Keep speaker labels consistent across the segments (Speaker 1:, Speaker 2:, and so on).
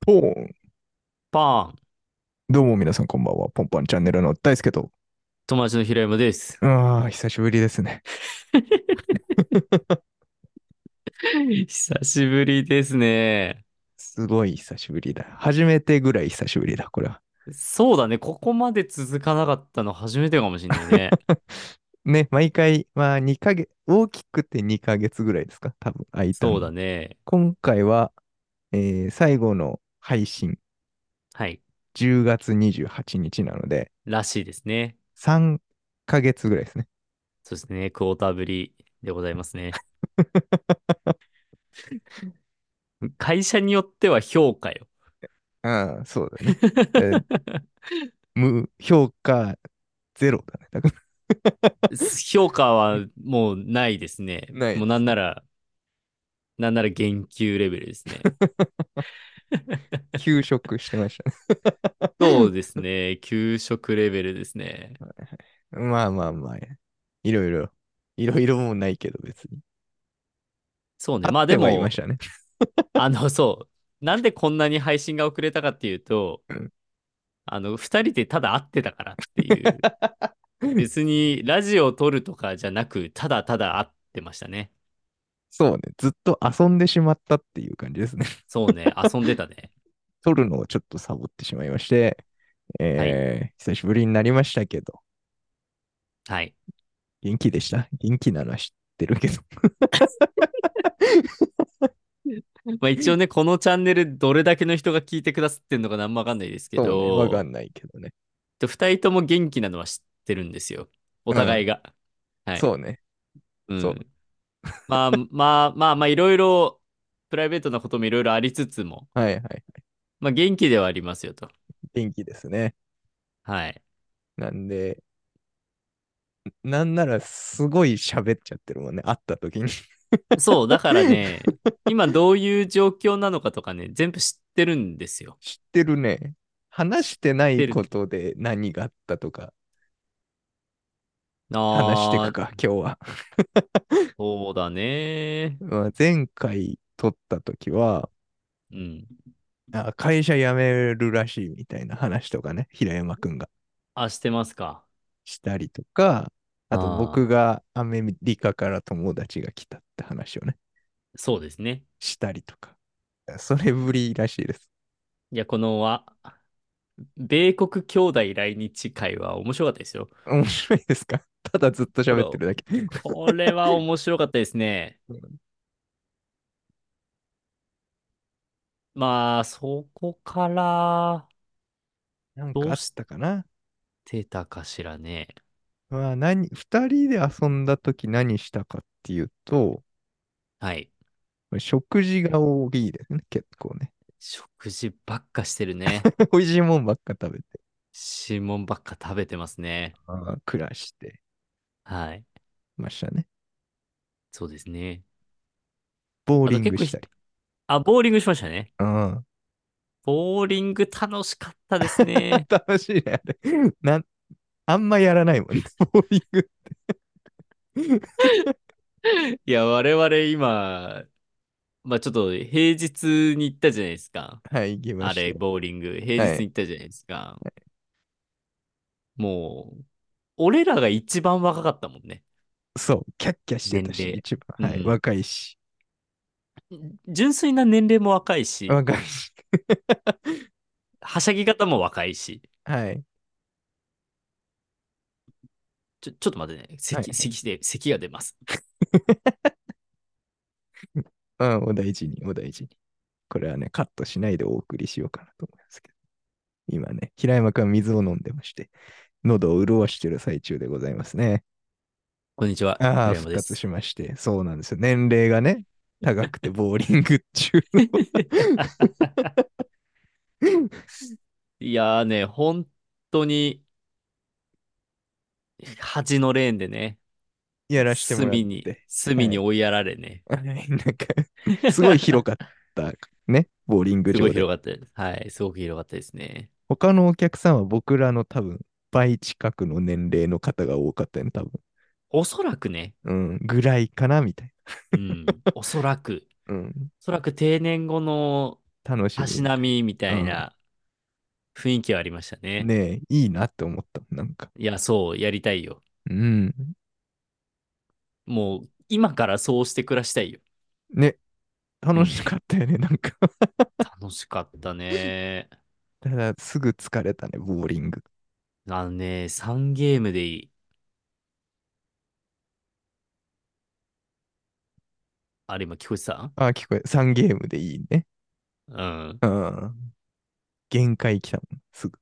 Speaker 1: ポーン。
Speaker 2: パーン。
Speaker 1: どうも皆さんこんばんは。ポンポンチャンネルの大輔と。
Speaker 2: 友達の平山です。
Speaker 1: ああ、久しぶりですね。
Speaker 2: 久しぶりですね。
Speaker 1: すごい久しぶりだ。初めてぐらい久しぶりだ、これは。
Speaker 2: そうだね。ここまで続かなかったの初めてかもしれな いね。
Speaker 1: ね、毎回、まあ2ヶ月、大きくて2ヶ月ぐらいですか多分、空いたの
Speaker 2: そうだね。
Speaker 1: 今回は、えー最後の配信、
Speaker 2: はい。
Speaker 1: 10月28日なので、
Speaker 2: らしいですね。
Speaker 1: 3ヶ月ぐらいですね。
Speaker 2: そうですね。クォーターぶりでござ いますね。会社によっては評価よ。
Speaker 1: ああ、そうだね。えー 無評価ゼロだね。だから
Speaker 2: 評価はもうないですね。
Speaker 1: ない
Speaker 2: もうなんなら、なんなら言及レベ ルですね。
Speaker 1: 休職してましたね。
Speaker 2: そうですね。給食レベルですね。
Speaker 1: まあまあまあ、いろいろ、いろいろもないけど別に。
Speaker 2: そうね。
Speaker 1: あ
Speaker 2: まあでも、
Speaker 1: いましたね。
Speaker 2: あの、そう。なんでこんなに配信が遅れたかっていうと
Speaker 1: うん、
Speaker 2: あの、二人でただ会ってたからっ ていう。別にラジオを撮るとかじゃなく、ただただ会ってましたね。
Speaker 1: そうね、ずっと遊んでしまったっていう感じですね。
Speaker 2: そうね。遊んでたね。
Speaker 1: 撮るのをちょっとサボってしまいまして、えー久しぶりになりましたけど、
Speaker 2: はい。
Speaker 1: 元気でした元気なのは知ってるけど。
Speaker 2: まあ一応ね、このチャンネルどれだけの人が聞いてくださってるのか何もわかんないですけ
Speaker 1: そうね
Speaker 2: ど、
Speaker 1: わかんないけどね。
Speaker 2: と二人とも元気なのは知ってるんですよ。お互いが。はい。
Speaker 1: そうね。
Speaker 2: うん
Speaker 1: そう
Speaker 2: まあまあまあまあいろいろプライベートなこともいろいろありつつも、
Speaker 1: はいはい。
Speaker 2: まあ元気ではありますよと。
Speaker 1: 元気ですね。
Speaker 2: はい。
Speaker 1: なんで、なんならすごい喋っちゃってるもんね、会った時に。
Speaker 2: そう、だからね、今どういう状況なのかとかね、全部知ってるんですよ。
Speaker 1: 知ってるね。話してな
Speaker 2: 知って
Speaker 1: い
Speaker 2: る
Speaker 1: ことで何があったとか
Speaker 2: あ
Speaker 1: 話してく
Speaker 2: あ
Speaker 1: か、今日は。
Speaker 2: そうだね。
Speaker 1: まあ前回撮った時は、
Speaker 2: うん。
Speaker 1: あ会社辞めるらしいみたいな話とかね、平山くんが
Speaker 2: あ、してますか。
Speaker 1: したりとか、あ
Speaker 2: あ
Speaker 1: と
Speaker 2: ー
Speaker 1: 僕がアメリカから友達が来たって話をね、
Speaker 2: そうですね。
Speaker 1: したりとか。それぶりらしいです。
Speaker 2: いや、このは、米国兄弟来日会は面白かったで すよ。
Speaker 1: 面白いですかただずっと喋ってるだけ。
Speaker 2: これは面白かったですね
Speaker 1: うん。
Speaker 2: まあ、そこから
Speaker 1: なん
Speaker 2: ど
Speaker 1: かあ
Speaker 2: う
Speaker 1: っ
Speaker 2: した
Speaker 1: かな
Speaker 2: 出たかしらね。
Speaker 1: まあ何、二人で遊んだ時何したかっていうと、
Speaker 2: はい。
Speaker 1: 食事が多いですね、結構ね。
Speaker 2: 食事ばっかしてるね。
Speaker 1: 美味しいもんばっか食べて、
Speaker 2: 指紋ばっか食べてますね。
Speaker 1: あー暮らして
Speaker 2: はい。
Speaker 1: ましたね。
Speaker 2: そうですね。
Speaker 1: ボー
Speaker 2: あと
Speaker 1: リングしたり。
Speaker 2: あ、ボーリングしましたね。
Speaker 1: うん。。
Speaker 2: ボーリング楽しかったですね
Speaker 1: 楽しいね、あれ。なんあんまやらない もんね、ボーリング。
Speaker 2: いや、我々今、まあちょっと平日に行ったじゃないですか。
Speaker 1: はい、行きま
Speaker 2: あ
Speaker 1: した
Speaker 2: れ、
Speaker 1: よ。
Speaker 2: ボーリング、平日に行ったじゃないですか。もう、俺らが一番若かったもんね。
Speaker 1: そう、キャッキャしてたし、
Speaker 2: 年齢
Speaker 1: 一番。はい、
Speaker 2: うん
Speaker 1: 若いし。
Speaker 2: 純粋な年齢も若いし、
Speaker 1: 若いし。
Speaker 2: はしゃぎ方も若いし。
Speaker 1: はい。
Speaker 2: ちょ、ちょっと待ってね。咳、
Speaker 1: はい
Speaker 2: 咳で、咳が出ます。
Speaker 1: うん、お大事に、お大事に。これはね、カットしないでお送りしようかなと思いますけど。今ね、平山くんは水を飲んでまして、喉を潤してる最中でございますね。
Speaker 2: こんにちは。
Speaker 1: ああ、
Speaker 2: 平山
Speaker 1: 復
Speaker 2: で
Speaker 1: 活
Speaker 2: す。
Speaker 1: しまして、そうなんですよ。年齢がね、高くてボーリング中の
Speaker 2: いやーね、本当に、端のレーンでね、
Speaker 1: やらしてもらっ
Speaker 2: 隅に
Speaker 1: て、。
Speaker 2: 隅に追いやられね。
Speaker 1: はい なんか、すごい広かったね、ボーリング
Speaker 2: すご
Speaker 1: 場
Speaker 2: い
Speaker 1: で。
Speaker 2: 広かったです。はい、すごく広かったですね。
Speaker 1: 他のお客さんは僕らの多分、倍近くの年齢の方が多かったよね、多分。
Speaker 2: おそらくね、
Speaker 1: うん、ぐらいかな、みたい
Speaker 2: うん、おそらく、
Speaker 1: な。うん。
Speaker 2: おそらく定年後の
Speaker 1: 楽し
Speaker 2: 足
Speaker 1: み。
Speaker 2: 並みみたいな雰囲気はありましたね。
Speaker 1: ねえ、いいなって思った。なんか。
Speaker 2: いや、そう、やりたいよ。
Speaker 1: うん。
Speaker 2: もう、今からそうして暮らしたいよ。
Speaker 1: ね。楽しかったよね、なんか。
Speaker 2: 楽しかったね。
Speaker 1: ただ、すぐ疲れたね、ボーリング。
Speaker 2: あのね、3ゲームでいい。あれ、今聞こえてた
Speaker 1: あ、聞こえ、3ゲームでいいね。
Speaker 2: うん。
Speaker 1: うん。限界来たもん、すぐ。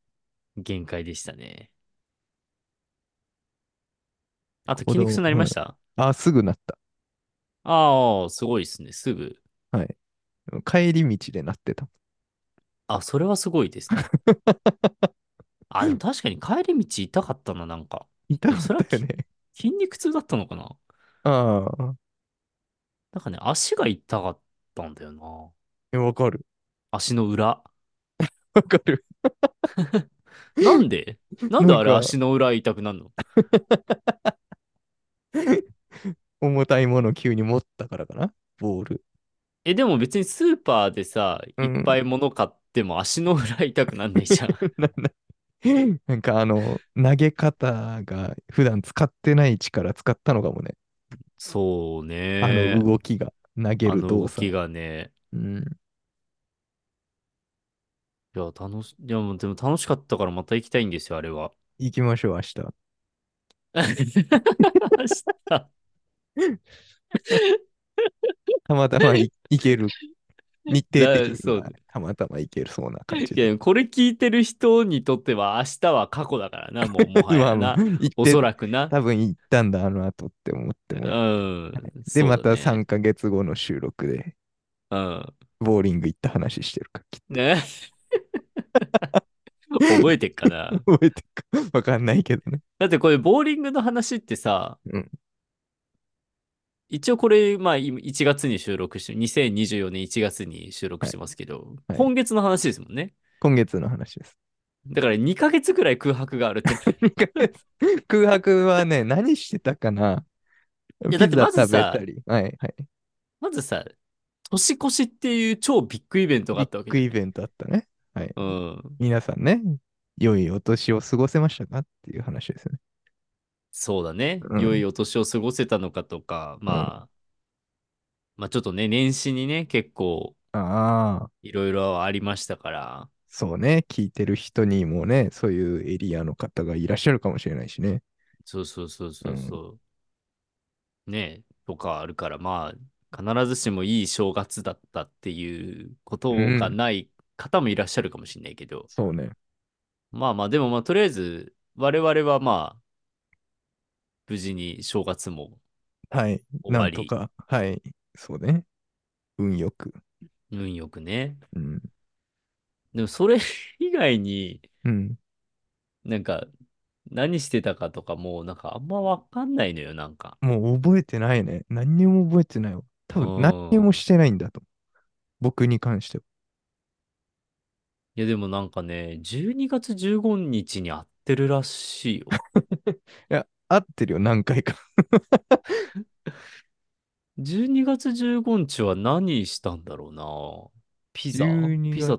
Speaker 2: 限界でしたね。あと、
Speaker 1: 子
Speaker 2: 筋
Speaker 1: 供
Speaker 2: 肉痛になりました
Speaker 1: あ、すぐなった。
Speaker 2: ああ、すごいですね。すぐ。
Speaker 1: 帰り道でなってた。
Speaker 2: あ、それはすごいで すね。あ、でも確かに帰り道痛かったな、なんか。
Speaker 1: 痛かったよね。
Speaker 2: 筋肉痛だったのかな
Speaker 1: ああ。
Speaker 2: なんかね、足が痛かったんだよな。
Speaker 1: えわかる。
Speaker 2: 足の裏。
Speaker 1: わかる。
Speaker 2: なんでなんであれ
Speaker 1: なんか
Speaker 2: 足の裏痛くなるの
Speaker 1: 重たいもの急に持ったからかな。ボール。
Speaker 2: え、でも別にスーパーでさ、い
Speaker 1: うん
Speaker 2: っぱい物買っても足の裏痛くなんないじゃん。
Speaker 1: なんだ なんかあの、投げ方が普段使ってない力使ったのかもね。
Speaker 2: そう
Speaker 1: あ
Speaker 2: ね。
Speaker 1: の動きが、投げ
Speaker 2: あ
Speaker 1: る
Speaker 2: の動
Speaker 1: 動作
Speaker 2: き。がね。
Speaker 1: うん。
Speaker 2: いや、楽し、でも、でも楽しかったからまた行きたいんですよ、あ れは。
Speaker 1: 行きましょう、明日。
Speaker 2: 明日
Speaker 1: たまたま い行ける。日程的には
Speaker 2: だそうね
Speaker 1: たまたま行けるそうな感じ
Speaker 2: いや、で
Speaker 1: で。
Speaker 2: もこれ聞いてる人にとっては明日は過去だからな、も う、もは
Speaker 1: 今
Speaker 2: や
Speaker 1: も
Speaker 2: な。
Speaker 1: 行って
Speaker 2: おそらくな。
Speaker 1: 多分行ったんだ、あの後って思って
Speaker 2: う
Speaker 1: も。
Speaker 2: ん。
Speaker 1: で、また
Speaker 2: そう
Speaker 1: 3ヶ月後の収録で、
Speaker 2: だね
Speaker 1: ボーリング行った話してるから、きっ
Speaker 2: うん。ね。 覚えてっかな。
Speaker 1: と覚えてるかわかんないけどね。
Speaker 2: だってこれ、ボーリングの話ってさ、
Speaker 1: うん
Speaker 2: 一応これ、まあ、今1月に収録して、2024年1月に収録してますけど、
Speaker 1: はい
Speaker 2: 今月の話ですもんね。
Speaker 1: 今月の話です。
Speaker 2: だから2ヶ月くらい空白があるって。
Speaker 1: 空白はね、何してたかないピザ
Speaker 2: やだってまずさ
Speaker 1: 食べたり。はいはい。
Speaker 2: まずさ、年越しっていう超ビッグイベントがあったわけ
Speaker 1: ビッグ
Speaker 2: じ
Speaker 1: イベントあったね。はい。
Speaker 2: ゃん。うん。
Speaker 1: 皆さんね、良いお年を過ごせましたかっていう話ですよね。
Speaker 2: そうだね。
Speaker 1: うん
Speaker 2: 良いお年を過ごせたのかとか、まあ、まあちょっとね、年始にね、結構
Speaker 1: ああ、
Speaker 2: いろいろありましたから、
Speaker 1: そうね。聞いてる人にもね、そういうエリアの方がいらっしゃるかもしれないしね。
Speaker 2: そうそうそうそうそう。ねえ、とかあるから、まあ、必ずしもいい正月だったっていうことがない方もいらっしゃるかもしれないけど、
Speaker 1: そうね。
Speaker 2: まあまあ、でもまあ、とりあえず、我々はまあ、無事に正月も
Speaker 1: はい。
Speaker 2: 終
Speaker 1: な
Speaker 2: わ
Speaker 1: ん
Speaker 2: り
Speaker 1: とか。はい。そうね。運よく。
Speaker 2: 運よくね。
Speaker 1: うん。
Speaker 2: でも、それ以外に、
Speaker 1: うん。
Speaker 2: なんか、何してたかとかもう、なんかあんまわかんないのよ、なんか。
Speaker 1: もう覚えてないね。何にも覚えてないわ。多
Speaker 2: う
Speaker 1: 分
Speaker 2: ん
Speaker 1: 何にもしてないんだと思う。僕に関しては。
Speaker 2: いや、でもなんかね、12月15日に会ってるらしいよ。
Speaker 1: いや、合ってるよ、何回か。
Speaker 2: 12月15日は何したんだろうな。ピザ
Speaker 1: 12
Speaker 2: ピザ。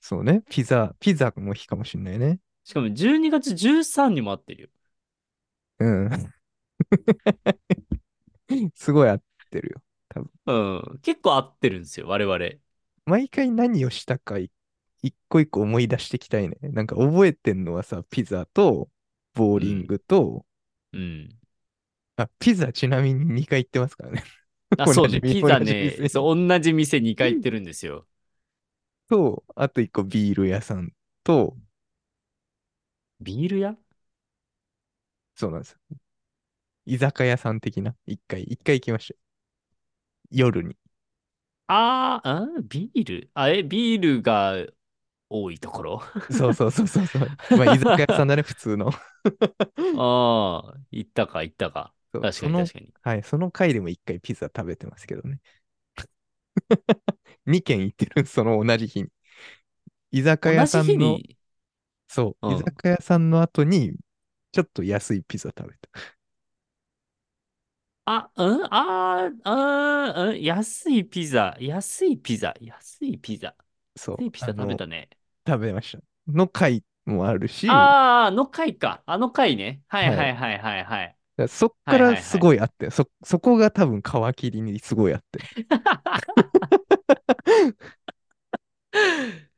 Speaker 1: そうね。ピザ、ピザの日かもしんないね。
Speaker 2: しかも12月13にも会ってるよ。
Speaker 1: うん。 すごい合ってるよ。
Speaker 2: うん。結構会ってるんですよ、我々。
Speaker 1: 毎回何をしたかい一個一個思い出していきたいね。なんか覚えてんのはさ、ピザと、ボーリングと、
Speaker 2: うん。
Speaker 1: あ、ピザちなみに2回行ってますからね。
Speaker 2: あ、そう ね。
Speaker 1: 同じ
Speaker 2: ピザ
Speaker 1: 同じ店
Speaker 2: ね。そう、同じ店2回行ってるんですよ。
Speaker 1: と、あと1個ビール屋さんと、
Speaker 2: ビール屋
Speaker 1: そうなんですよ。居酒屋さん的な、1回、1回行きましたよ。夜 に。
Speaker 2: あーあー、ビールあ、え、ビールが多いところ
Speaker 1: そうそうそうそうそう。 まあ、居酒屋さんだね、普通の。
Speaker 2: ああ、行ったか、行ったか。
Speaker 1: そう
Speaker 2: 確か
Speaker 1: そ
Speaker 2: に
Speaker 1: の
Speaker 2: 確かに。
Speaker 1: はい、その回でも一回ピザ食べてますけどね。2軒行ってる、その同じ日に。居酒
Speaker 2: 同
Speaker 1: 屋
Speaker 2: じ
Speaker 1: さ
Speaker 2: 日
Speaker 1: んの、
Speaker 2: に、
Speaker 1: そう、
Speaker 2: うん
Speaker 1: 居酒屋さんの後に、ちょっと安いピザ食べた。
Speaker 2: あ、うん、あー、あー、うん、安いピザ、安いピザ、安いピザ、
Speaker 1: そう
Speaker 2: 安いピザ
Speaker 1: あの
Speaker 2: 食べたね。
Speaker 1: 食べました。の回もあるし、だか
Speaker 2: あー、あの回か。あの回ね。はい
Speaker 1: はい
Speaker 2: はいはいはいはい。
Speaker 1: らそっか
Speaker 2: はいはいは
Speaker 1: ら
Speaker 2: い
Speaker 1: すごいあって、そ、そこが多分皮切りにすごいあって。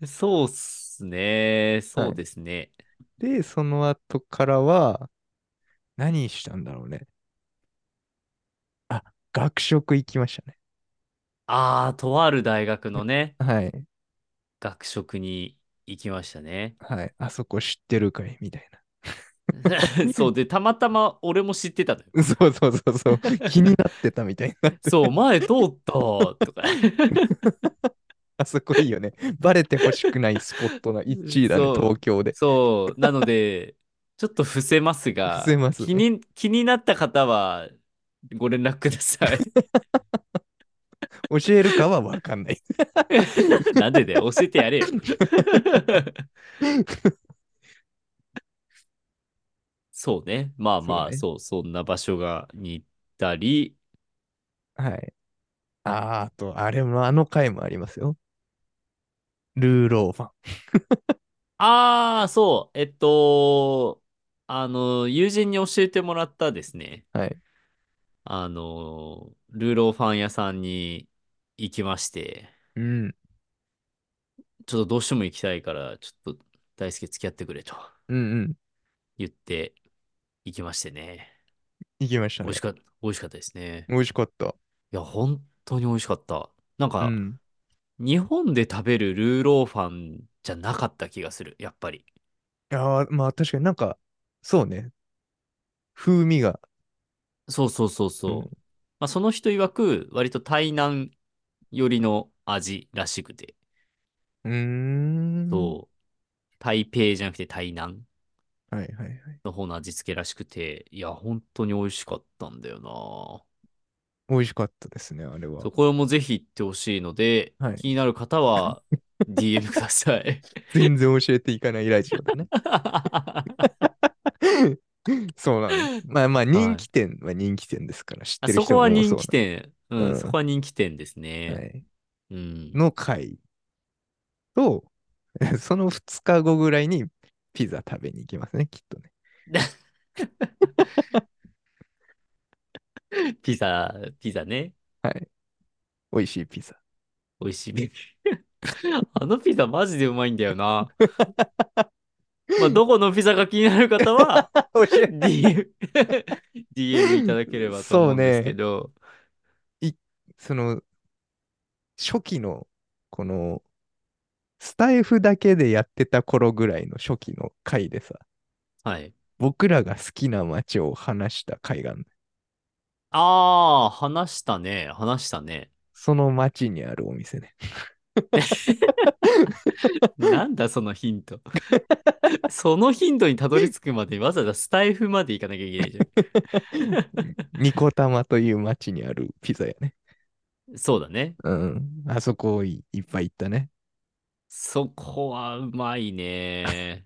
Speaker 2: そうっすね。そうですね。
Speaker 1: で、その後からは、何したんだろうね。あ、学食行きましたね。
Speaker 2: ああ、とある大学のね、
Speaker 1: はい。
Speaker 2: 学食に行きました ね。
Speaker 1: はい。あそこ知ってるかいみたい
Speaker 2: そうで、たまたま俺も知ってたのよ。
Speaker 1: な。 そうそうそうそう。気になってたみたいにな って。
Speaker 2: そう、前通ったと か。
Speaker 1: あそこいいよね。バレてほしくないスポットの1位だ
Speaker 2: そ
Speaker 1: ね、
Speaker 2: う
Speaker 1: 東京で。
Speaker 2: そう、なので、ちょっと伏せますが、
Speaker 1: 伏せます
Speaker 2: 気に気になった方はご連絡ください。
Speaker 1: 教えるかは分かんない。
Speaker 2: なんでだよ、教えてやれ よ。そうね、まあまあ、
Speaker 1: そ
Speaker 2: そう,、そんな場所がに行ったり、
Speaker 1: はい。あーあと、あれも、あの回もありますよ。ルーローファン。
Speaker 2: ああ、そう、えっと、あの、友人に教えてもらったですね、
Speaker 1: はい。
Speaker 2: あの、ルーローファン屋さんに行きまして、
Speaker 1: うん。
Speaker 2: ちょっとどうしても行きたいから、ちょっと大輔付き合ってくれと
Speaker 1: うんうん。
Speaker 2: 言って行きましてね。
Speaker 1: 行きました
Speaker 2: 美
Speaker 1: ね
Speaker 2: 味し。かった、美味しかったですね。
Speaker 1: 美味しかった。
Speaker 2: いや、本当に美味しかった。なんか、
Speaker 1: うん。
Speaker 2: 日本で食べるルーローファンじゃなかった気がする、やっぱり。
Speaker 1: ああ、まあ確かになんか、そうね。風味が。
Speaker 2: そうそうそうそう。
Speaker 1: うん
Speaker 2: まあ、その人曰く、割と台南寄りの味らしくて、
Speaker 1: うーん。
Speaker 2: そう、台北じゃなくて台南
Speaker 1: はいはいはい。
Speaker 2: の方の味付けらしくて、いや、本当に美味しかったんだよな。
Speaker 1: 美味しかったですね、あれは
Speaker 2: そう。これもぜひ行ってほしいので、
Speaker 1: はい
Speaker 2: 気になる方 は DM ください。
Speaker 1: 全然教えていかないラジオだ ね。そうなの。まあまあ、人気店は人気店ですから、知っ
Speaker 2: あ
Speaker 1: てる
Speaker 2: そこ
Speaker 1: 人も多
Speaker 2: は
Speaker 1: そうな
Speaker 2: 人気店。うん、
Speaker 1: うん
Speaker 2: そこは人気店ですね。
Speaker 1: はい
Speaker 2: うん。
Speaker 1: の回と、 その2日後ぐらいにピザ食べに行きますね、きっとね。
Speaker 2: ピザ、ピザね。
Speaker 1: はい。美味しい ピザ。
Speaker 2: 美味しいピザ。 あのピザマジでうまいんだよな。まあ、どこのピザが気になる方は
Speaker 1: 教え
Speaker 2: DM、DM いただければと思うんですけど。
Speaker 1: その、初期の、この、スタイフだけでやってた頃ぐらいの初期の回でさ、
Speaker 2: はい。
Speaker 1: 僕らが好きな街を話した回があるの
Speaker 2: ああ、話したね。話したね。
Speaker 1: その街にあるお店 ね。
Speaker 2: なんだそのヒント。そのヒントにたどり着くまでわざわざスタイフまで行かなきゃいけないじゃん。
Speaker 1: ニコタマという街にあるピザ屋ね。
Speaker 2: そうだね。
Speaker 1: うん。あそこいいっぱい行ったね。
Speaker 2: そこはうまいね。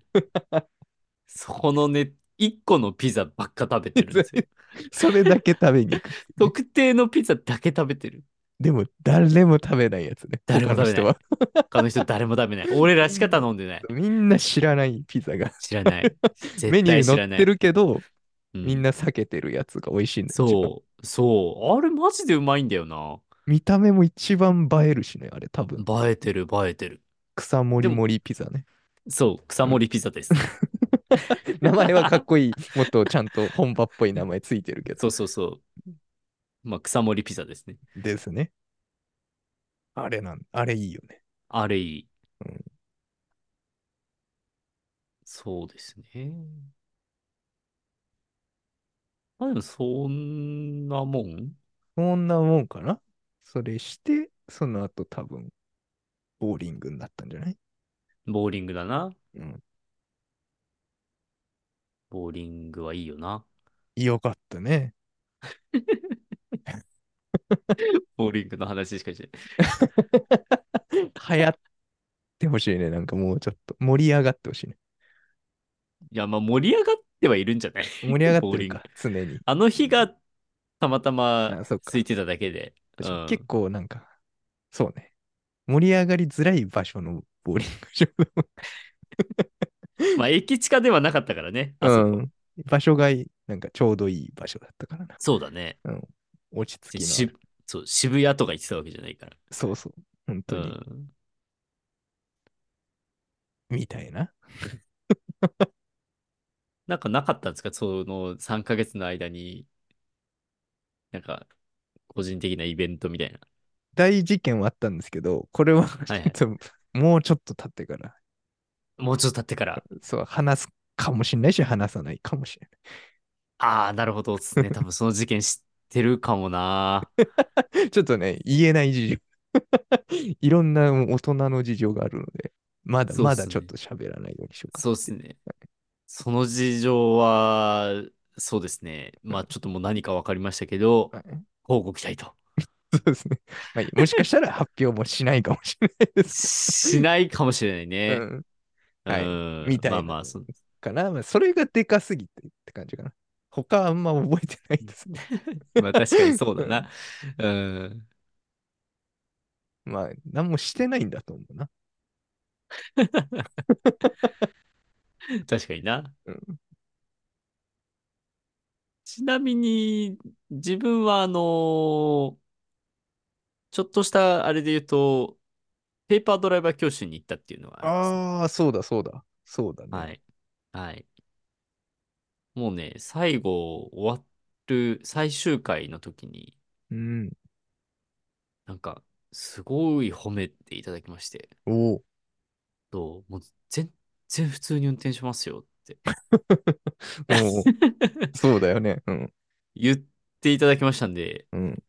Speaker 2: そこのね、一個のピザばっか食べてるんですよ。
Speaker 1: それだけ食べに 行く。
Speaker 2: 特定のピザだけ食べてる。
Speaker 1: でも、誰も食べないやつね。
Speaker 2: 誰も食べな
Speaker 1: 他の
Speaker 2: い
Speaker 1: 人は。
Speaker 2: 他の人誰も食べない。俺らしか頼 んでない。
Speaker 1: みんな知らないピザが。
Speaker 2: 知らない。
Speaker 1: メ
Speaker 2: 絶
Speaker 1: ニュー
Speaker 2: 対知ら
Speaker 1: 載
Speaker 2: な
Speaker 1: っ
Speaker 2: い。
Speaker 1: てるけど、
Speaker 2: う
Speaker 1: みんな避けてるやつが美味しいんだよ。一番
Speaker 2: そう、そう。あれマジでうまいんだよな。
Speaker 1: 見た目も一番映えるしね、あれ多分。
Speaker 2: 映えてる、映えてる。
Speaker 1: 草もり
Speaker 2: でも
Speaker 1: もりピザね。
Speaker 2: そう、草盛りピザです。
Speaker 1: 名前はかっ こいい。もっとちゃんと本場っぽい名前ついてるけ
Speaker 2: そ
Speaker 1: ど。
Speaker 2: うそうそう。まあ、草盛りピザですね。
Speaker 1: ですね。あれなん、あれいいよね。
Speaker 2: あれいい。
Speaker 1: うん
Speaker 2: そうですね。まあでも、そんなもん
Speaker 1: そんなもんかなそれして、その後多分、ボーリングになったんじゃない
Speaker 2: ボーリングだな。
Speaker 1: うん。
Speaker 2: ボーリングはいいよな。
Speaker 1: よかった ね。
Speaker 2: ボーリングの話しかして
Speaker 1: 流行ってほしいね。なんかもうちょっと盛り上がってほしいね。
Speaker 2: いや、まあ盛り上がってはいるんじゃない
Speaker 1: 盛り上がっ
Speaker 2: ボ
Speaker 1: て
Speaker 2: ーリ
Speaker 1: る
Speaker 2: ング
Speaker 1: か、常に。
Speaker 2: あの日がたまたま
Speaker 1: あそっか
Speaker 2: 空いてただけで。
Speaker 1: 確かに
Speaker 2: うん
Speaker 1: 結構なんか、そうね。盛り上がりづらい場所のボーリング場だもん
Speaker 2: まあ、駅近ではなかったからね。あそこ
Speaker 1: うん、場所がいいなんかちょうどいい場所だったからな。
Speaker 2: そうだね。
Speaker 1: 落ち着きのあ
Speaker 2: し
Speaker 1: る。
Speaker 2: そう渋谷とか行ってたわけじゃないから。
Speaker 1: そうそう。本
Speaker 2: う
Speaker 1: 当に。
Speaker 2: ん、
Speaker 1: みたいな。
Speaker 2: なんかなかったんですかその3ヶ月の間に、なんか、個人的なイベントみたいな。
Speaker 1: 大事件はあったんですけど、これはちょ
Speaker 2: はい
Speaker 1: っと、もうちょっと経ってから、
Speaker 2: もうちょっと経ってから。
Speaker 1: そう、話すかもしれないし、話さないかもしれ
Speaker 2: ああ、なるほどっ すね。多分その事件知ってるかもな。
Speaker 1: ない。 ちょっとね、言えない事情。 いろんな大人の事情があるので、まだ、
Speaker 2: そうっすね
Speaker 1: まだちょっと喋らないようにしようかな。
Speaker 2: そうですね。その事情は、そうですね。まあちょっともう何か分かりましたけど、
Speaker 1: はい
Speaker 2: 報告したいと。
Speaker 1: そうですね。まあ、もしかしたら発表もしないかもしれないです。
Speaker 2: しないかもしれない ね。
Speaker 1: うんはい
Speaker 2: うん
Speaker 1: みたいな
Speaker 2: まあまあ、そう
Speaker 1: かな。まあ、それがでかすぎてって感じかな。他あんま覚えてないですね。
Speaker 2: まあ確かにそうだな。うん。
Speaker 1: まあ、何もしてないんだと思うな。
Speaker 2: 確かにな。
Speaker 1: うん
Speaker 2: ちなみに、自分はあのーちょっとしたあれで言うと、ペーパードライバー教習に行ったっていうのがあり
Speaker 1: ああ、そうだそうだ。そうだね。
Speaker 2: ますね、はい。はい。もうね、最後終わる最終回の時に、
Speaker 1: うん。
Speaker 2: なんか、すごい褒めていただきまして、
Speaker 1: お お。
Speaker 2: どうもう全然普通に運転しますよって
Speaker 1: おうそうだよね。うん。
Speaker 2: 言っていただきましたんで、
Speaker 1: うん。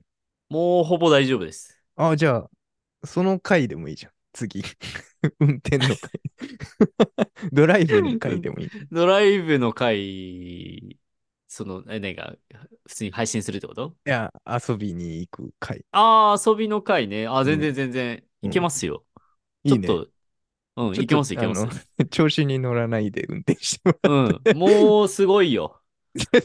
Speaker 2: もうほぼ大丈夫です。
Speaker 1: ああ、じゃあ、その回でもいいじゃん。次。 運転の回。 ドライブの回でもいい。
Speaker 2: ドライブの回、その、え、何か、普通に配信するってこと
Speaker 1: いや、遊びに行く回。
Speaker 2: ああ、遊びの回ね。あー、全
Speaker 1: う
Speaker 2: 然全然、いけますよ。
Speaker 1: いい
Speaker 2: ち
Speaker 1: ね。
Speaker 2: ょっと、うん、
Speaker 1: ちょっと
Speaker 2: いけますいけます。
Speaker 1: あの 調子に乗らないで運転しても
Speaker 2: うん、もうすご いよ。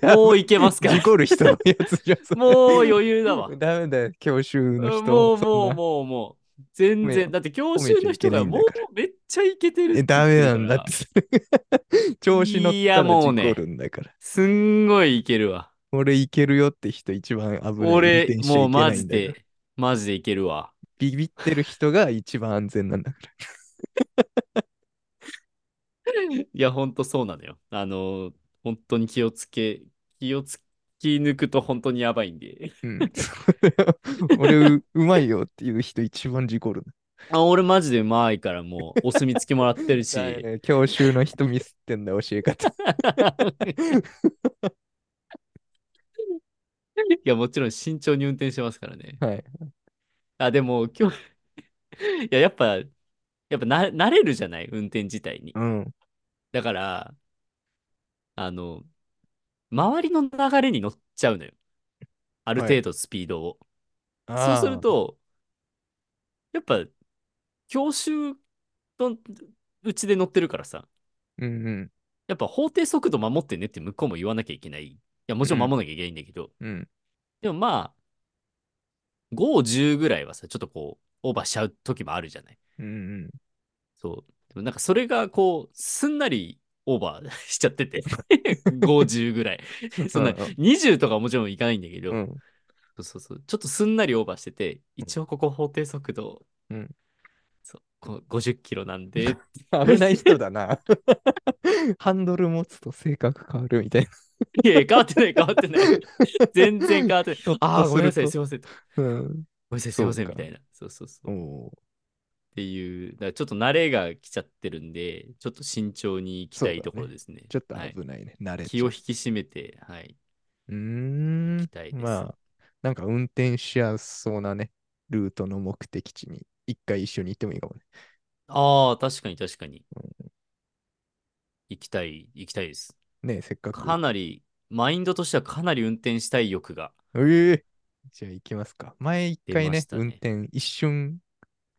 Speaker 1: ら
Speaker 2: もういけますから
Speaker 1: 事。故る人のやつじゃん。それ
Speaker 2: もう余裕だわ。
Speaker 1: ダメだよ、教習の人。
Speaker 2: もう
Speaker 1: そんな
Speaker 2: もうもうもう。全
Speaker 1: ね
Speaker 2: 然。だって教習の人が
Speaker 1: 褒めちゃいけないん
Speaker 2: も
Speaker 1: だから
Speaker 2: うめっちゃいけてる
Speaker 1: え
Speaker 2: って言
Speaker 1: ダ
Speaker 2: っ
Speaker 1: メ
Speaker 2: てるか
Speaker 1: な
Speaker 2: ら
Speaker 1: んだって。そ れ調子乗っ
Speaker 2: い
Speaker 1: たら
Speaker 2: やも
Speaker 1: 事
Speaker 2: うね
Speaker 1: 故るんだから。
Speaker 2: すんごいいけるわ。
Speaker 1: 俺いけるよって人一番危ない。運
Speaker 2: 俺
Speaker 1: 転、しちゃい
Speaker 2: も
Speaker 1: うけないん
Speaker 2: マジ
Speaker 1: だから。
Speaker 2: で、マジでいけるわ。
Speaker 1: ビビってる人が一番安全なんだ から。
Speaker 2: いや、ほんとそうなのよ。あの、本当に気をつけ、気をつき抜くと本当にやばいんで。
Speaker 1: うん、俺う、うまいよっていう人一番事故る。
Speaker 2: あ俺マジでうまいからもうお墨付きもらって るし。
Speaker 1: だよね教習の人ミスってんだ、教え 方。
Speaker 2: いや、もちろん慎重に運転してますからね。
Speaker 1: はい。
Speaker 2: あ、でも今日、いや、やっぱ、やっぱな慣れるじゃない運転自体に。
Speaker 1: うん。
Speaker 2: だから、あの、周りの流れに乗っちゃうのよ。ある
Speaker 1: はい
Speaker 2: 程度スピードを。
Speaker 1: あー
Speaker 2: そうする、と、やっぱ、教習のうちで乗ってるからさ、
Speaker 1: うんうん。
Speaker 2: やっぱ法定速度守ってねって向こうも言わなきゃいけない。いや、もちろん守らなきゃいけないんだけど、
Speaker 1: うん。
Speaker 2: でもまあ、5、10ぐらいはさ、ちょっとこう、オーバーしちゃう時もあるじゃない。
Speaker 1: うんうん。
Speaker 2: そう。でもなんかそれがこう、すんなりオーバーしちゃっ てて、5、10ぐらい。そんな、
Speaker 1: うんうん
Speaker 2: 20とかはもちろんいかないんだけど、
Speaker 1: うん。
Speaker 2: そうそうそう。ちょっとすんなりオーバーしてて、一応ここ法定速度、
Speaker 1: うん
Speaker 2: そうこう50キロなんで、
Speaker 1: 危ない人だな。 ハンドル持つと性格変わるみたい
Speaker 2: いやいや変わってない変わってない。全然変わってない。
Speaker 1: な。
Speaker 2: ああ、ごめんなさい、すい
Speaker 1: そ
Speaker 2: ません。ご
Speaker 1: ううん。
Speaker 2: めんなさい、すいません、
Speaker 1: そう
Speaker 2: み
Speaker 1: か
Speaker 2: たいな。そうそうそう。
Speaker 1: お
Speaker 2: っ
Speaker 1: お。
Speaker 2: ていう、だからちょっと慣れが来ちゃってるんで、ちょっと慎重に行きたいところですね。
Speaker 1: ちょっと
Speaker 2: はい
Speaker 1: 危ないね。慣れち
Speaker 2: 気
Speaker 1: ゃ
Speaker 2: を
Speaker 1: う
Speaker 2: 引き締めて、はい。
Speaker 1: うーん
Speaker 2: 行きたいです。
Speaker 1: まあ、なんか運転しやすそうなね、ルートの目的地に一回一緒に行ってもいいかもね。
Speaker 2: ああ、確かに確かに。行きたい、行きたいです。
Speaker 1: ねえせっかく。
Speaker 2: かなり、マインドとしてはかなり運転したい欲が。
Speaker 1: ええじゃあ行きますか。前一回
Speaker 2: 出
Speaker 1: ね
Speaker 2: ましたね
Speaker 1: 運転、一瞬、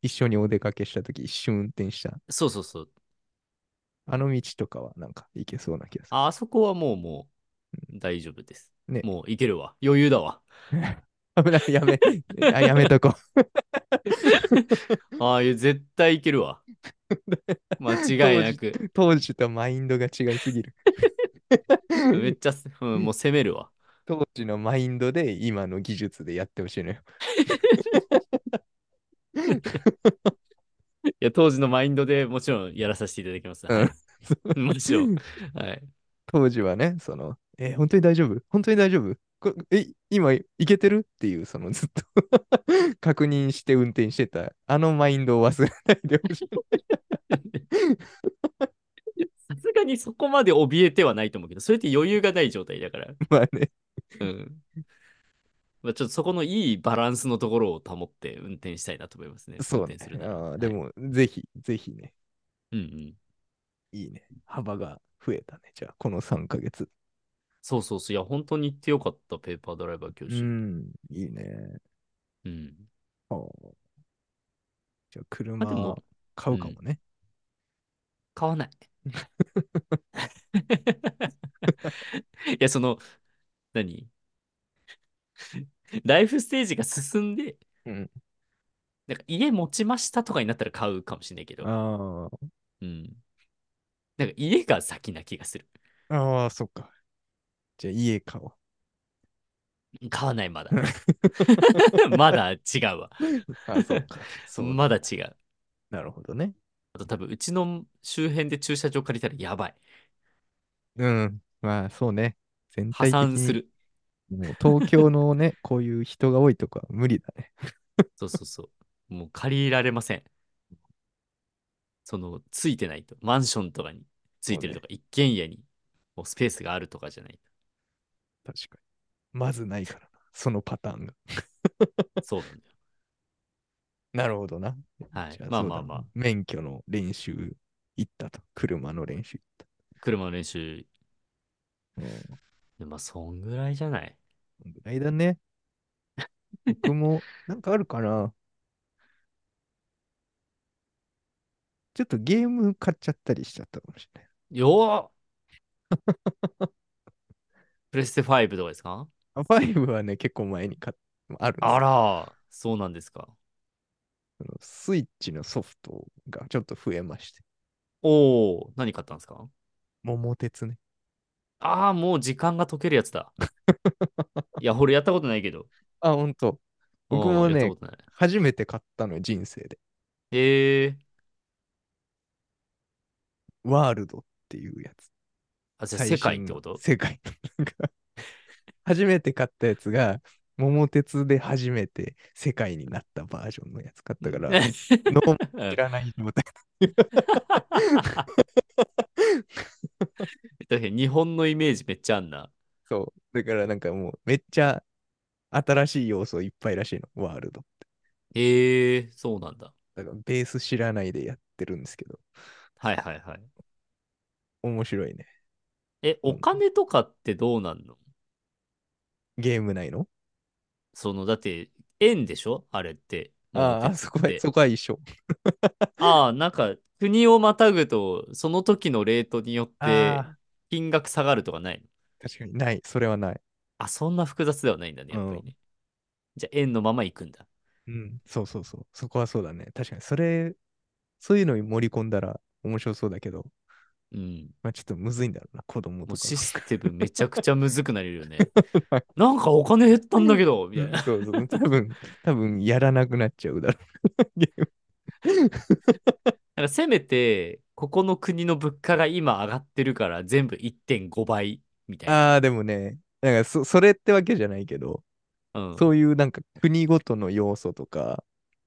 Speaker 1: 一緒にお出かけしたとき、一瞬運転した。
Speaker 2: そうそうそう。
Speaker 1: あの道とかはなんか行けそうな気がする。
Speaker 2: ああそこはもうもう大丈夫です。
Speaker 1: ね
Speaker 2: もういけるわ。余裕だわ。
Speaker 1: 危ない、や め、あやめとこ
Speaker 2: ああいう絶対いけ るわ。間違いな
Speaker 1: う
Speaker 2: く。。
Speaker 1: 当時とマインドが違いす ぎる。
Speaker 2: めっちゃ、うん、もう攻めるわ。
Speaker 1: 当時のマインドで今の技術でやってほしいのよ。
Speaker 2: いや、当時のマインドでもちろんやらさせていただきます。
Speaker 1: うん
Speaker 2: はいもちろん。はい。
Speaker 1: 当時はね、その、えー本当に大丈夫本当に大丈夫こえ、今いけてるっていう、そのずっと 確認して運転してた、あのマインドを忘れないでほ しい。
Speaker 2: さすがにそこまで怯えてはないと思うけど、それって余裕がない状態だから。
Speaker 1: まあね、
Speaker 2: うん。まあ、ちょっとそこのいいバランスのところを保って運転したいなと思いますね。
Speaker 1: そう
Speaker 2: 運
Speaker 1: ね
Speaker 2: 転する。なら
Speaker 1: あーで、も、ぜひ、ぜひね、
Speaker 2: はいうんうん。
Speaker 1: いいね。幅が増えたね。じゃあ、この3ヶ月。
Speaker 2: そうそうそう。いや、本当に行ってよかった、ペーパードライバー教
Speaker 1: う
Speaker 2: 師。
Speaker 1: ん、いいね。
Speaker 2: うん
Speaker 1: あーじゃあ、
Speaker 2: まあ、で
Speaker 1: 車
Speaker 2: も、
Speaker 1: 買うかもね。
Speaker 2: 買わない。 いや、その、何ライフステージが進んで、
Speaker 1: うん
Speaker 2: なんか家持ちましたとかになったら買うかもしれないけど、
Speaker 1: あ
Speaker 2: うん。なんか家が先な気がする。
Speaker 1: あ、ああ、そっか。じゃあ、家買おう。
Speaker 2: 買わな い、まだ。まだ違うわ。
Speaker 1: あ、そうか。そう
Speaker 2: まだ違う。
Speaker 1: なるほどね。
Speaker 2: あと多分、うちの周辺で駐車場借りたらやばい。
Speaker 1: うん。まあ、そうね。全
Speaker 2: 破
Speaker 1: 体的
Speaker 2: 産す
Speaker 1: に
Speaker 2: る。
Speaker 1: もう東京のね、 こういう人が多いとか無理だね。
Speaker 2: そうそうそう。 もう借りられません。その、ついてないと。マンションとかについてるとか、一軒家にもうスペースがあるとかじゃない
Speaker 1: 確かに。まずないからな。そのパターンが。
Speaker 2: と。そうなんだよ。
Speaker 1: なるほどな。
Speaker 2: はい
Speaker 1: じゃ。
Speaker 2: まあ
Speaker 1: そう
Speaker 2: ま
Speaker 1: だ
Speaker 2: あまあ、
Speaker 1: 免許の練習行ったと。車の練習
Speaker 2: 車の練習、
Speaker 1: 行った。
Speaker 2: でまあ、そんぐらいじゃない。
Speaker 1: うん。ぐらいだ ね。僕も、なんかあるかな。ちょっとゲーム買っちゃったりしちゃったかもしれない。
Speaker 2: よー プレステ5とかですか
Speaker 1: あ5はね、結構前に買っあるんですよ
Speaker 2: あら、そうなんですか。
Speaker 1: そのスイッチのソフトがちょっと増えまして、
Speaker 2: おー、何買ったんですか
Speaker 1: 桃鉄ね。
Speaker 2: ああ、もう時間が解けるやつ だ。いや、俺やったことないけど。
Speaker 1: あ、ほんと。僕も
Speaker 2: うんやった
Speaker 1: ね
Speaker 2: こ、とない。
Speaker 1: 初めて買ったの人生で。
Speaker 2: えー。
Speaker 1: ワールドっていうやつ。
Speaker 2: あ、じゃあ
Speaker 1: 最
Speaker 2: 世
Speaker 1: 新
Speaker 2: 界っ
Speaker 1: の
Speaker 2: てこと
Speaker 1: 世界。なんか初めて買ったやつが、桃鉄で初めて世界になったバージョンのやつ買ったから、 ノーマル知らない状態。
Speaker 2: 確かに日本のイメージめっちゃあんな。
Speaker 1: そう。だからなんかもうめっちゃ新しい要素いっぱいらしいの、ワールド。
Speaker 2: へえー、そうなんだ。
Speaker 1: だからベース知らないでやってるんですけど、
Speaker 2: はいはいはい。
Speaker 1: 面白いね。
Speaker 2: え、お金とかってどうなんの
Speaker 1: ゲーム内の
Speaker 2: その、だって、円でしょあれって。
Speaker 1: あ
Speaker 2: も
Speaker 1: あ、
Speaker 2: う
Speaker 1: そこは
Speaker 2: で、
Speaker 1: そこは一緒。
Speaker 2: ああ、なんか、国をまたぐと、その時のレートによって、
Speaker 1: あ
Speaker 2: 金額下がるとかないの
Speaker 1: ー確かにない、それはない。
Speaker 2: あ、そんな複雑ではないんだね、やっぱりね。じゃあ、円のまま行くんだ。
Speaker 1: うん、そうそうそう。そこはそうだね。確かに、それ、そういうのに盛り込んだら面白そうだけど、
Speaker 2: うん。
Speaker 1: まあ、ちょっとむずいんだろうな、子供
Speaker 2: も
Speaker 1: と
Speaker 2: う
Speaker 1: か
Speaker 2: システムめちゃくちゃむずくなれるよ ね
Speaker 1: はい。
Speaker 2: なんかお金減ったんだけど、みたい
Speaker 1: の。
Speaker 2: な。
Speaker 1: そう そう。多分、多分、やらなくなっちゃうだろうな。 ゲーム
Speaker 2: なんかせめて、ここの国の物価が今上がってるから全部1.5倍みたいな。
Speaker 1: ああ、でもね、なんかそ、それってわけじゃないけど、
Speaker 2: うん、
Speaker 1: そういうなんか国ごとの要素とか、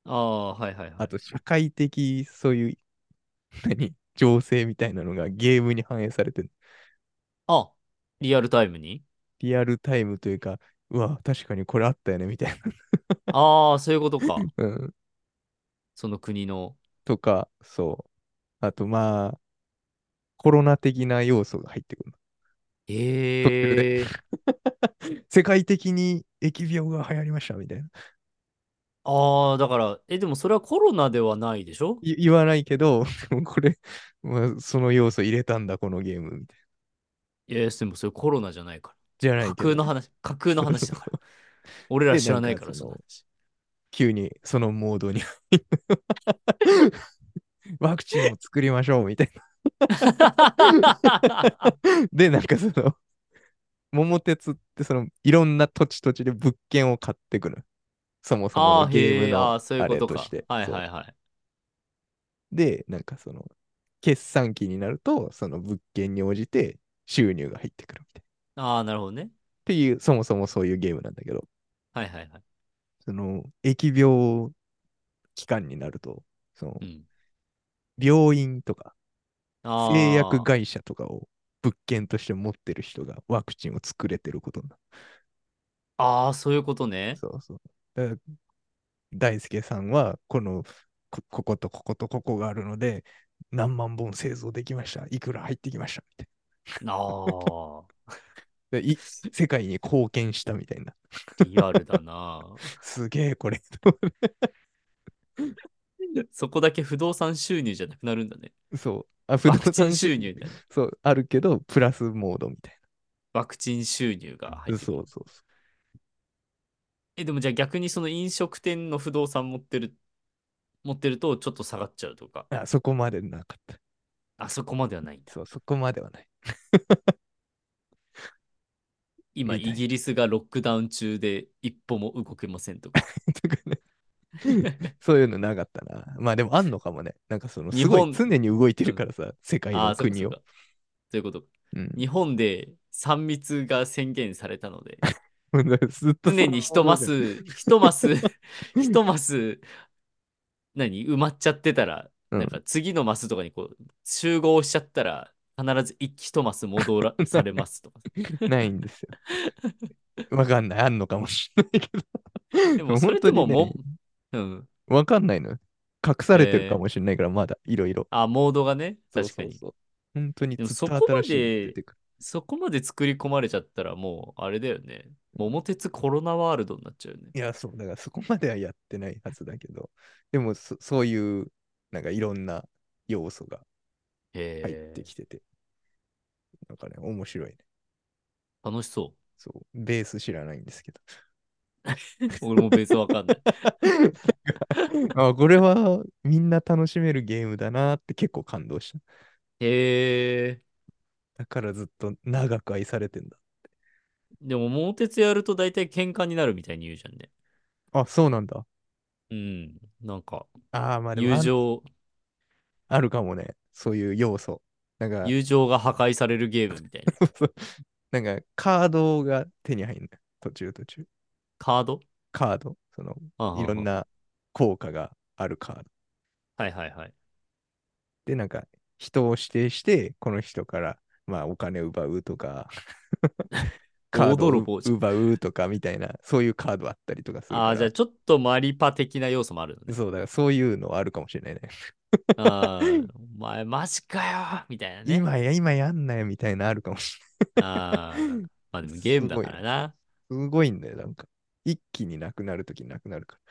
Speaker 2: ああ、はいはいは
Speaker 1: あ
Speaker 2: い。
Speaker 1: と社会的、そういう、何、情勢みたいなのがゲームに反映されてる。
Speaker 2: あ、リアルタイムに
Speaker 1: リアルタイムというか、うわ、確かにこれあったよね、みたい
Speaker 2: ああ、そういうことか。
Speaker 1: な。うん。
Speaker 2: その国の。
Speaker 1: とか、そう。あと、まあ、コロナ的な要素が入ってくる
Speaker 2: ええ
Speaker 1: の。世界的に疫病が流行りましたみたいな。
Speaker 2: ああ、だから、え、でもそれはコロナではないでしょ
Speaker 1: い言わないけど、でもこれ、まあ、その要素入れたんだ、このゲームみたいな。
Speaker 2: いや、でもそれコロナじゃないから。
Speaker 1: 知らないけ
Speaker 2: 架
Speaker 1: ど。
Speaker 2: 空の話、架空の話だ から。俺ら知らないから、
Speaker 1: で
Speaker 2: そ
Speaker 1: なん
Speaker 2: の
Speaker 1: か
Speaker 2: 話。
Speaker 1: 急にそのモー ドにワクチンを作りましょうみたいな。 で、なんかその、桃鉄ってその、いろんな土地土地で物件を買ってくる。そもそ
Speaker 2: あ
Speaker 1: も
Speaker 2: あ、
Speaker 1: ゲー
Speaker 2: へ
Speaker 1: ム
Speaker 2: え、
Speaker 1: の
Speaker 2: あ
Speaker 1: あ
Speaker 2: あ、そういうこ
Speaker 1: れ
Speaker 2: と
Speaker 1: と
Speaker 2: か
Speaker 1: して。。
Speaker 2: はい
Speaker 1: そう
Speaker 2: はいはい。
Speaker 1: で、なんかその、決算期になると、その物件に応じて収入が入ってくるみたいな。
Speaker 2: ああ、なるほどね。
Speaker 1: っていう、そもそもそういうゲームなんだけど、
Speaker 2: はいはいはい。
Speaker 1: その、疫病期間になると、その
Speaker 2: う、ん。
Speaker 1: 病院とか、
Speaker 2: ああ。
Speaker 1: 製薬会社とかを物件として持ってる人がワクチンを作れてることになる。
Speaker 2: ああ、そういうことね。
Speaker 1: そうそう。だから大輔さんは、このこ、こことこことここがあるので、何万本製造できました。いくら入ってきました。みたい
Speaker 2: ああ。
Speaker 1: なでい世界に貢献したみたいな。
Speaker 2: リアルだな。
Speaker 1: すげえこれ。
Speaker 2: そこだけ不動産収入じゃなくなるんだね。
Speaker 1: そう。あ、不
Speaker 2: ワクチン収入だね。
Speaker 1: そう、あるけど、プラスモードみたい
Speaker 2: ワクチン収入が入
Speaker 1: な。
Speaker 2: ってく
Speaker 1: そ
Speaker 2: る
Speaker 1: う。そうそ
Speaker 2: え、でもじゃあ逆にその飲食店の不動産持ってる、持ってるとちょっと下がっちゃうとか、
Speaker 1: う。あ、そこまでなかった。
Speaker 2: あそこまではないんだ。
Speaker 1: そう、そこまではない。
Speaker 2: 今、
Speaker 1: みたい
Speaker 2: イギリスがロックダウン中で一歩も動けませんとか。
Speaker 1: とかね そういうのなかったな。まあでもあんのかもね。なんかその
Speaker 2: 日
Speaker 1: すご
Speaker 2: 本
Speaker 1: い常に動いてるからさ、世界
Speaker 2: ああ、
Speaker 1: の
Speaker 2: そうか
Speaker 1: 国
Speaker 2: そう
Speaker 1: を
Speaker 2: か。。そういうことか。
Speaker 1: うん
Speaker 2: 日本で3密が宣言されたので、
Speaker 1: ずっとその
Speaker 2: 常に一マス、一 マス、一マス、何埋まっちゃってたら、
Speaker 1: うん
Speaker 2: なんか次のマスとかにこう集合しちゃったら、必ず一一マス戻らされます とか。
Speaker 1: ないんですよ。わかんない。あんのかもしれないけど。
Speaker 2: でもそれでも
Speaker 1: 本当にね
Speaker 2: も、うん。
Speaker 1: わかんないのよ。隠されてるかもしれないから、まだいろいろ。
Speaker 2: あ、モードがね、確かに。
Speaker 1: そうそうそう本当に
Speaker 2: でも
Speaker 1: ずっと
Speaker 2: そこま
Speaker 1: 新
Speaker 2: で
Speaker 1: しいの出てくる。
Speaker 2: そこまで作り込まれちゃったらもうあれだよね。桃鉄コロナワールドになっちゃうよね。
Speaker 1: いや、そう、だからそこまではやってないはずだけど、でもそそういう、なんかいろんな要素が
Speaker 2: へ
Speaker 1: 入って
Speaker 2: え
Speaker 1: きてて、なんかね、面白いね。
Speaker 2: 楽しそ
Speaker 1: そう、ベース知らないんですけど。
Speaker 2: う。俺も別わ かんない。
Speaker 1: あこれはみんな楽しめるゲームだなって結構感動した。
Speaker 2: へえ。
Speaker 1: だからずっと長く愛されてんだ。
Speaker 2: でも桃鉄やると大体喧嘩になるみたいに言うじゃんね。
Speaker 1: あ、そうなんだ。
Speaker 2: うん。なんか、
Speaker 1: ああ、まあでも
Speaker 2: 友
Speaker 1: あん
Speaker 2: 情、
Speaker 1: あるかもね。そういう要素。なんか、
Speaker 2: 友情が破壊されるゲーム みたいな。
Speaker 1: なんかカードが手に入んない。途中途中。
Speaker 2: カード
Speaker 1: カード。その、
Speaker 2: ああ
Speaker 1: いろん。な効果があるカード。
Speaker 2: はいはいはい。
Speaker 1: で、なんか、人を指定して、この人から、まあ、お金を奪うと か、 カード
Speaker 2: 泥棒
Speaker 1: を
Speaker 2: じゃん
Speaker 1: 奪うとかみたいな、そういうカードあったりとかするから。
Speaker 2: ああ、じゃあちょっとマリパ的な要素もあるの ね。
Speaker 1: そうだから、そういうのはあるかもしれないね。
Speaker 2: ああ、お前マジかよみたいなね。
Speaker 1: 今や、今やんなよみたいなのあるかも し
Speaker 2: ああ、まあでもゲームだからな。
Speaker 1: れない。すごいんだよ、なんか。一気になくなるときなくなるから。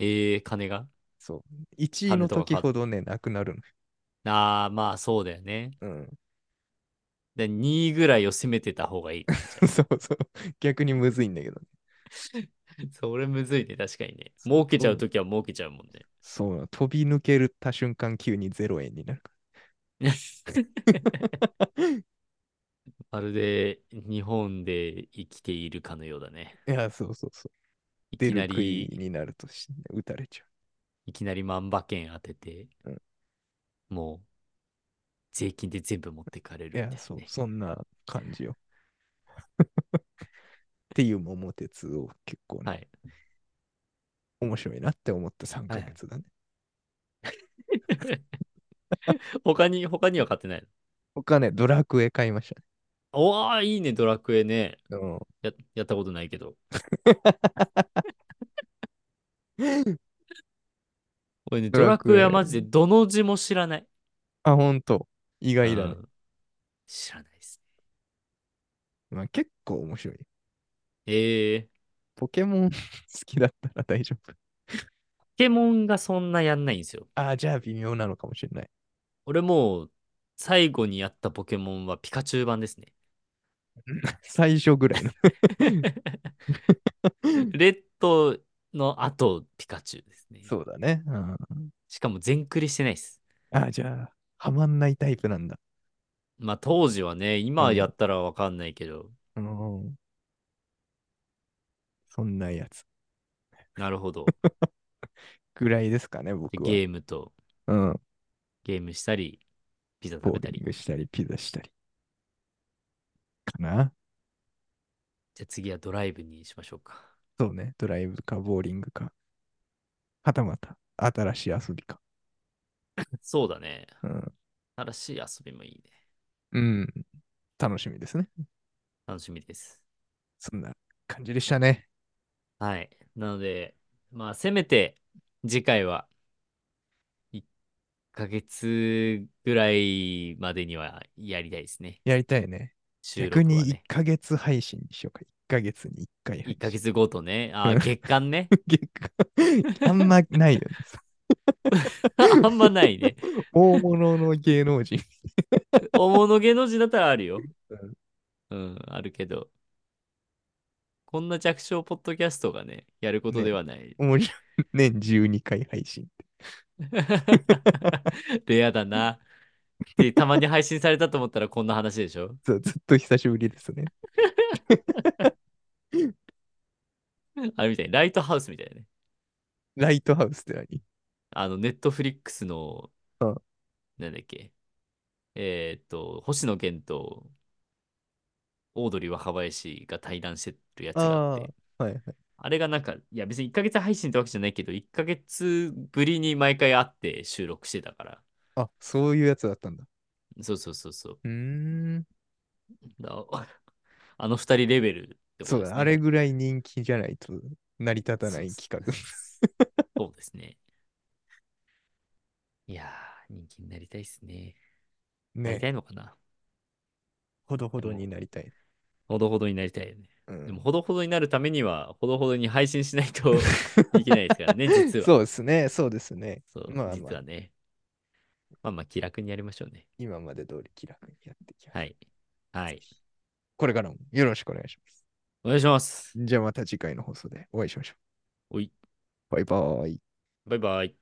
Speaker 2: ええ金が
Speaker 1: そう。1位の時ほどね、なくなる
Speaker 2: ああ、まあそうだよね。
Speaker 1: のよ。
Speaker 2: で、2位ぐらいを攻めてた方がいい。
Speaker 1: うん。 そうそう。逆にむずいんだけどね。
Speaker 2: それむずいね、確かにね。儲けちゃうときは儲けちゃうもんね。
Speaker 1: そうなの飛び抜けるた瞬間、急に0円になるか
Speaker 2: まるで日本で生きているかのようだね。
Speaker 1: ら。いや、そうそうそう。
Speaker 2: い
Speaker 1: 出
Speaker 2: きな
Speaker 1: る杭
Speaker 2: り、
Speaker 1: になるとして、ね、打たれちゃ
Speaker 2: いきなり万馬券当てて
Speaker 1: うん、
Speaker 2: もう税金で全部持ってかれ
Speaker 1: う。
Speaker 2: る
Speaker 1: い
Speaker 2: みたい
Speaker 1: や、
Speaker 2: な
Speaker 1: そう、
Speaker 2: ね。
Speaker 1: そんな感じ よ。っていう桃鉄を結構ね、
Speaker 2: はい。
Speaker 1: 面白いなって思った3ヶ
Speaker 2: はい
Speaker 1: 月だね。
Speaker 2: 他に、他には買ってないの
Speaker 1: 他ね、ドラクエ買いましたね。
Speaker 2: おー、いいね、ドラクエね。
Speaker 1: うん。
Speaker 2: や、やったことないけど。俺ね、
Speaker 1: ド
Speaker 2: ド
Speaker 1: ラ
Speaker 2: ラ
Speaker 1: クエ
Speaker 2: クエはマジでどの字も知らない。
Speaker 1: あ、ほんと。意外だね
Speaker 2: う。ん知らないです。
Speaker 1: まあ、結構面白い。
Speaker 2: えー、
Speaker 1: ポケモン好きだったら大丈夫。
Speaker 2: ポケモンがそんなやんないんですよ。
Speaker 1: ああ、じゃあ微妙なのかもしれない。
Speaker 2: 俺もう、最後にやったポケモンはピカチュウ版ですね。
Speaker 1: 最初ぐらいの。
Speaker 2: レッドの後、ピカチュウですね。
Speaker 1: そうだね。うん
Speaker 2: しかも全クリしてないです。
Speaker 1: あ、じゃあ、はまんないタイプなんだ。
Speaker 2: まあ当時はね、今やったらわかんないけど、
Speaker 1: うん。そんなやつ
Speaker 2: なる ほど。
Speaker 1: ぐらいですかね、
Speaker 2: で
Speaker 1: 僕は。
Speaker 2: ゲームと
Speaker 1: うん。
Speaker 2: ゲームしたり、ピザ
Speaker 1: ボ
Speaker 2: 食べ
Speaker 1: ー
Speaker 2: た
Speaker 1: リ
Speaker 2: り
Speaker 1: ン。グしたり、ピザしたり。かな
Speaker 2: じゃあ次はドライブにしましょうか。
Speaker 1: そうね。ドライブか、ボーリングか。はたまた、新しい遊びか。
Speaker 2: そうだね。
Speaker 1: うん。
Speaker 2: 新しい遊びもいいね。
Speaker 1: うん。楽しみですね。
Speaker 2: 楽しみです。
Speaker 1: そんな感じでしたね。
Speaker 2: はい。なので、まあせめて次回は1ヶ月ぐらいまでにはやりたいですね。
Speaker 1: やりたいね。
Speaker 2: 収録
Speaker 1: 逆
Speaker 2: は
Speaker 1: に1
Speaker 2: ね。
Speaker 1: ヶ月配信にしようか。1ヶ月に1回配信。
Speaker 2: 1 ヶ月ごとね。あ
Speaker 1: う
Speaker 2: ー、
Speaker 1: ん
Speaker 2: 月間ね。
Speaker 1: 月間あんまないよね。
Speaker 2: あんまないね。
Speaker 1: 大物の芸能人。
Speaker 2: 大物芸能人だったらあるよ
Speaker 1: うん。
Speaker 2: うん、あるけど。こんな弱小ポッドキャストがね、やることではない。
Speaker 1: 面白い。年12回配信。
Speaker 2: レアだな。で、たまに配信されたと思ったらこんな話でしょ。
Speaker 1: そうずっと久しぶりですね。
Speaker 2: あれみたいに、ライトハウスみたいなね。
Speaker 1: ライトハウスって何
Speaker 2: あの、ネットフリックスの
Speaker 1: うん、
Speaker 2: なんだっけ。えーっと、星野源と、オードリー若林が対談してるやつがあって、
Speaker 1: あー、はいはい。
Speaker 2: あれがなんか、いや別に1ヶ月配信ってわけじゃないけど、1ヶ月ぶりに毎回会って収録してたから。
Speaker 1: あ、そういうやつだったんだ。
Speaker 2: そうそうそうそう。
Speaker 1: うーん。
Speaker 2: だあの二人レベルってこと
Speaker 1: そう
Speaker 2: ですね。
Speaker 1: だ、あれぐらい人気じゃないと成り立たない企画。
Speaker 2: そうですね。いやー、人気になりたいですね。なり
Speaker 1: ね
Speaker 2: た、いのかな
Speaker 1: ほどほどになりたい。
Speaker 2: ほどほどになりたいよね。
Speaker 1: うん
Speaker 2: でも、ほどほどになるためには、ほどほどに配信しない といけないですからね、実は。
Speaker 1: そうですね、そうですね。
Speaker 2: そう
Speaker 1: まあまあ
Speaker 2: 実はね。まあまあ、気楽にやりましょうね。
Speaker 1: 今まで通り気楽にやっていきます。
Speaker 2: はい。はい。
Speaker 1: これからもよろしくお願いします。
Speaker 2: お願いします。
Speaker 1: じゃあまた次回の放送でお会いしましょ
Speaker 2: おい、
Speaker 1: う。バイバーイ。
Speaker 2: バイバイ。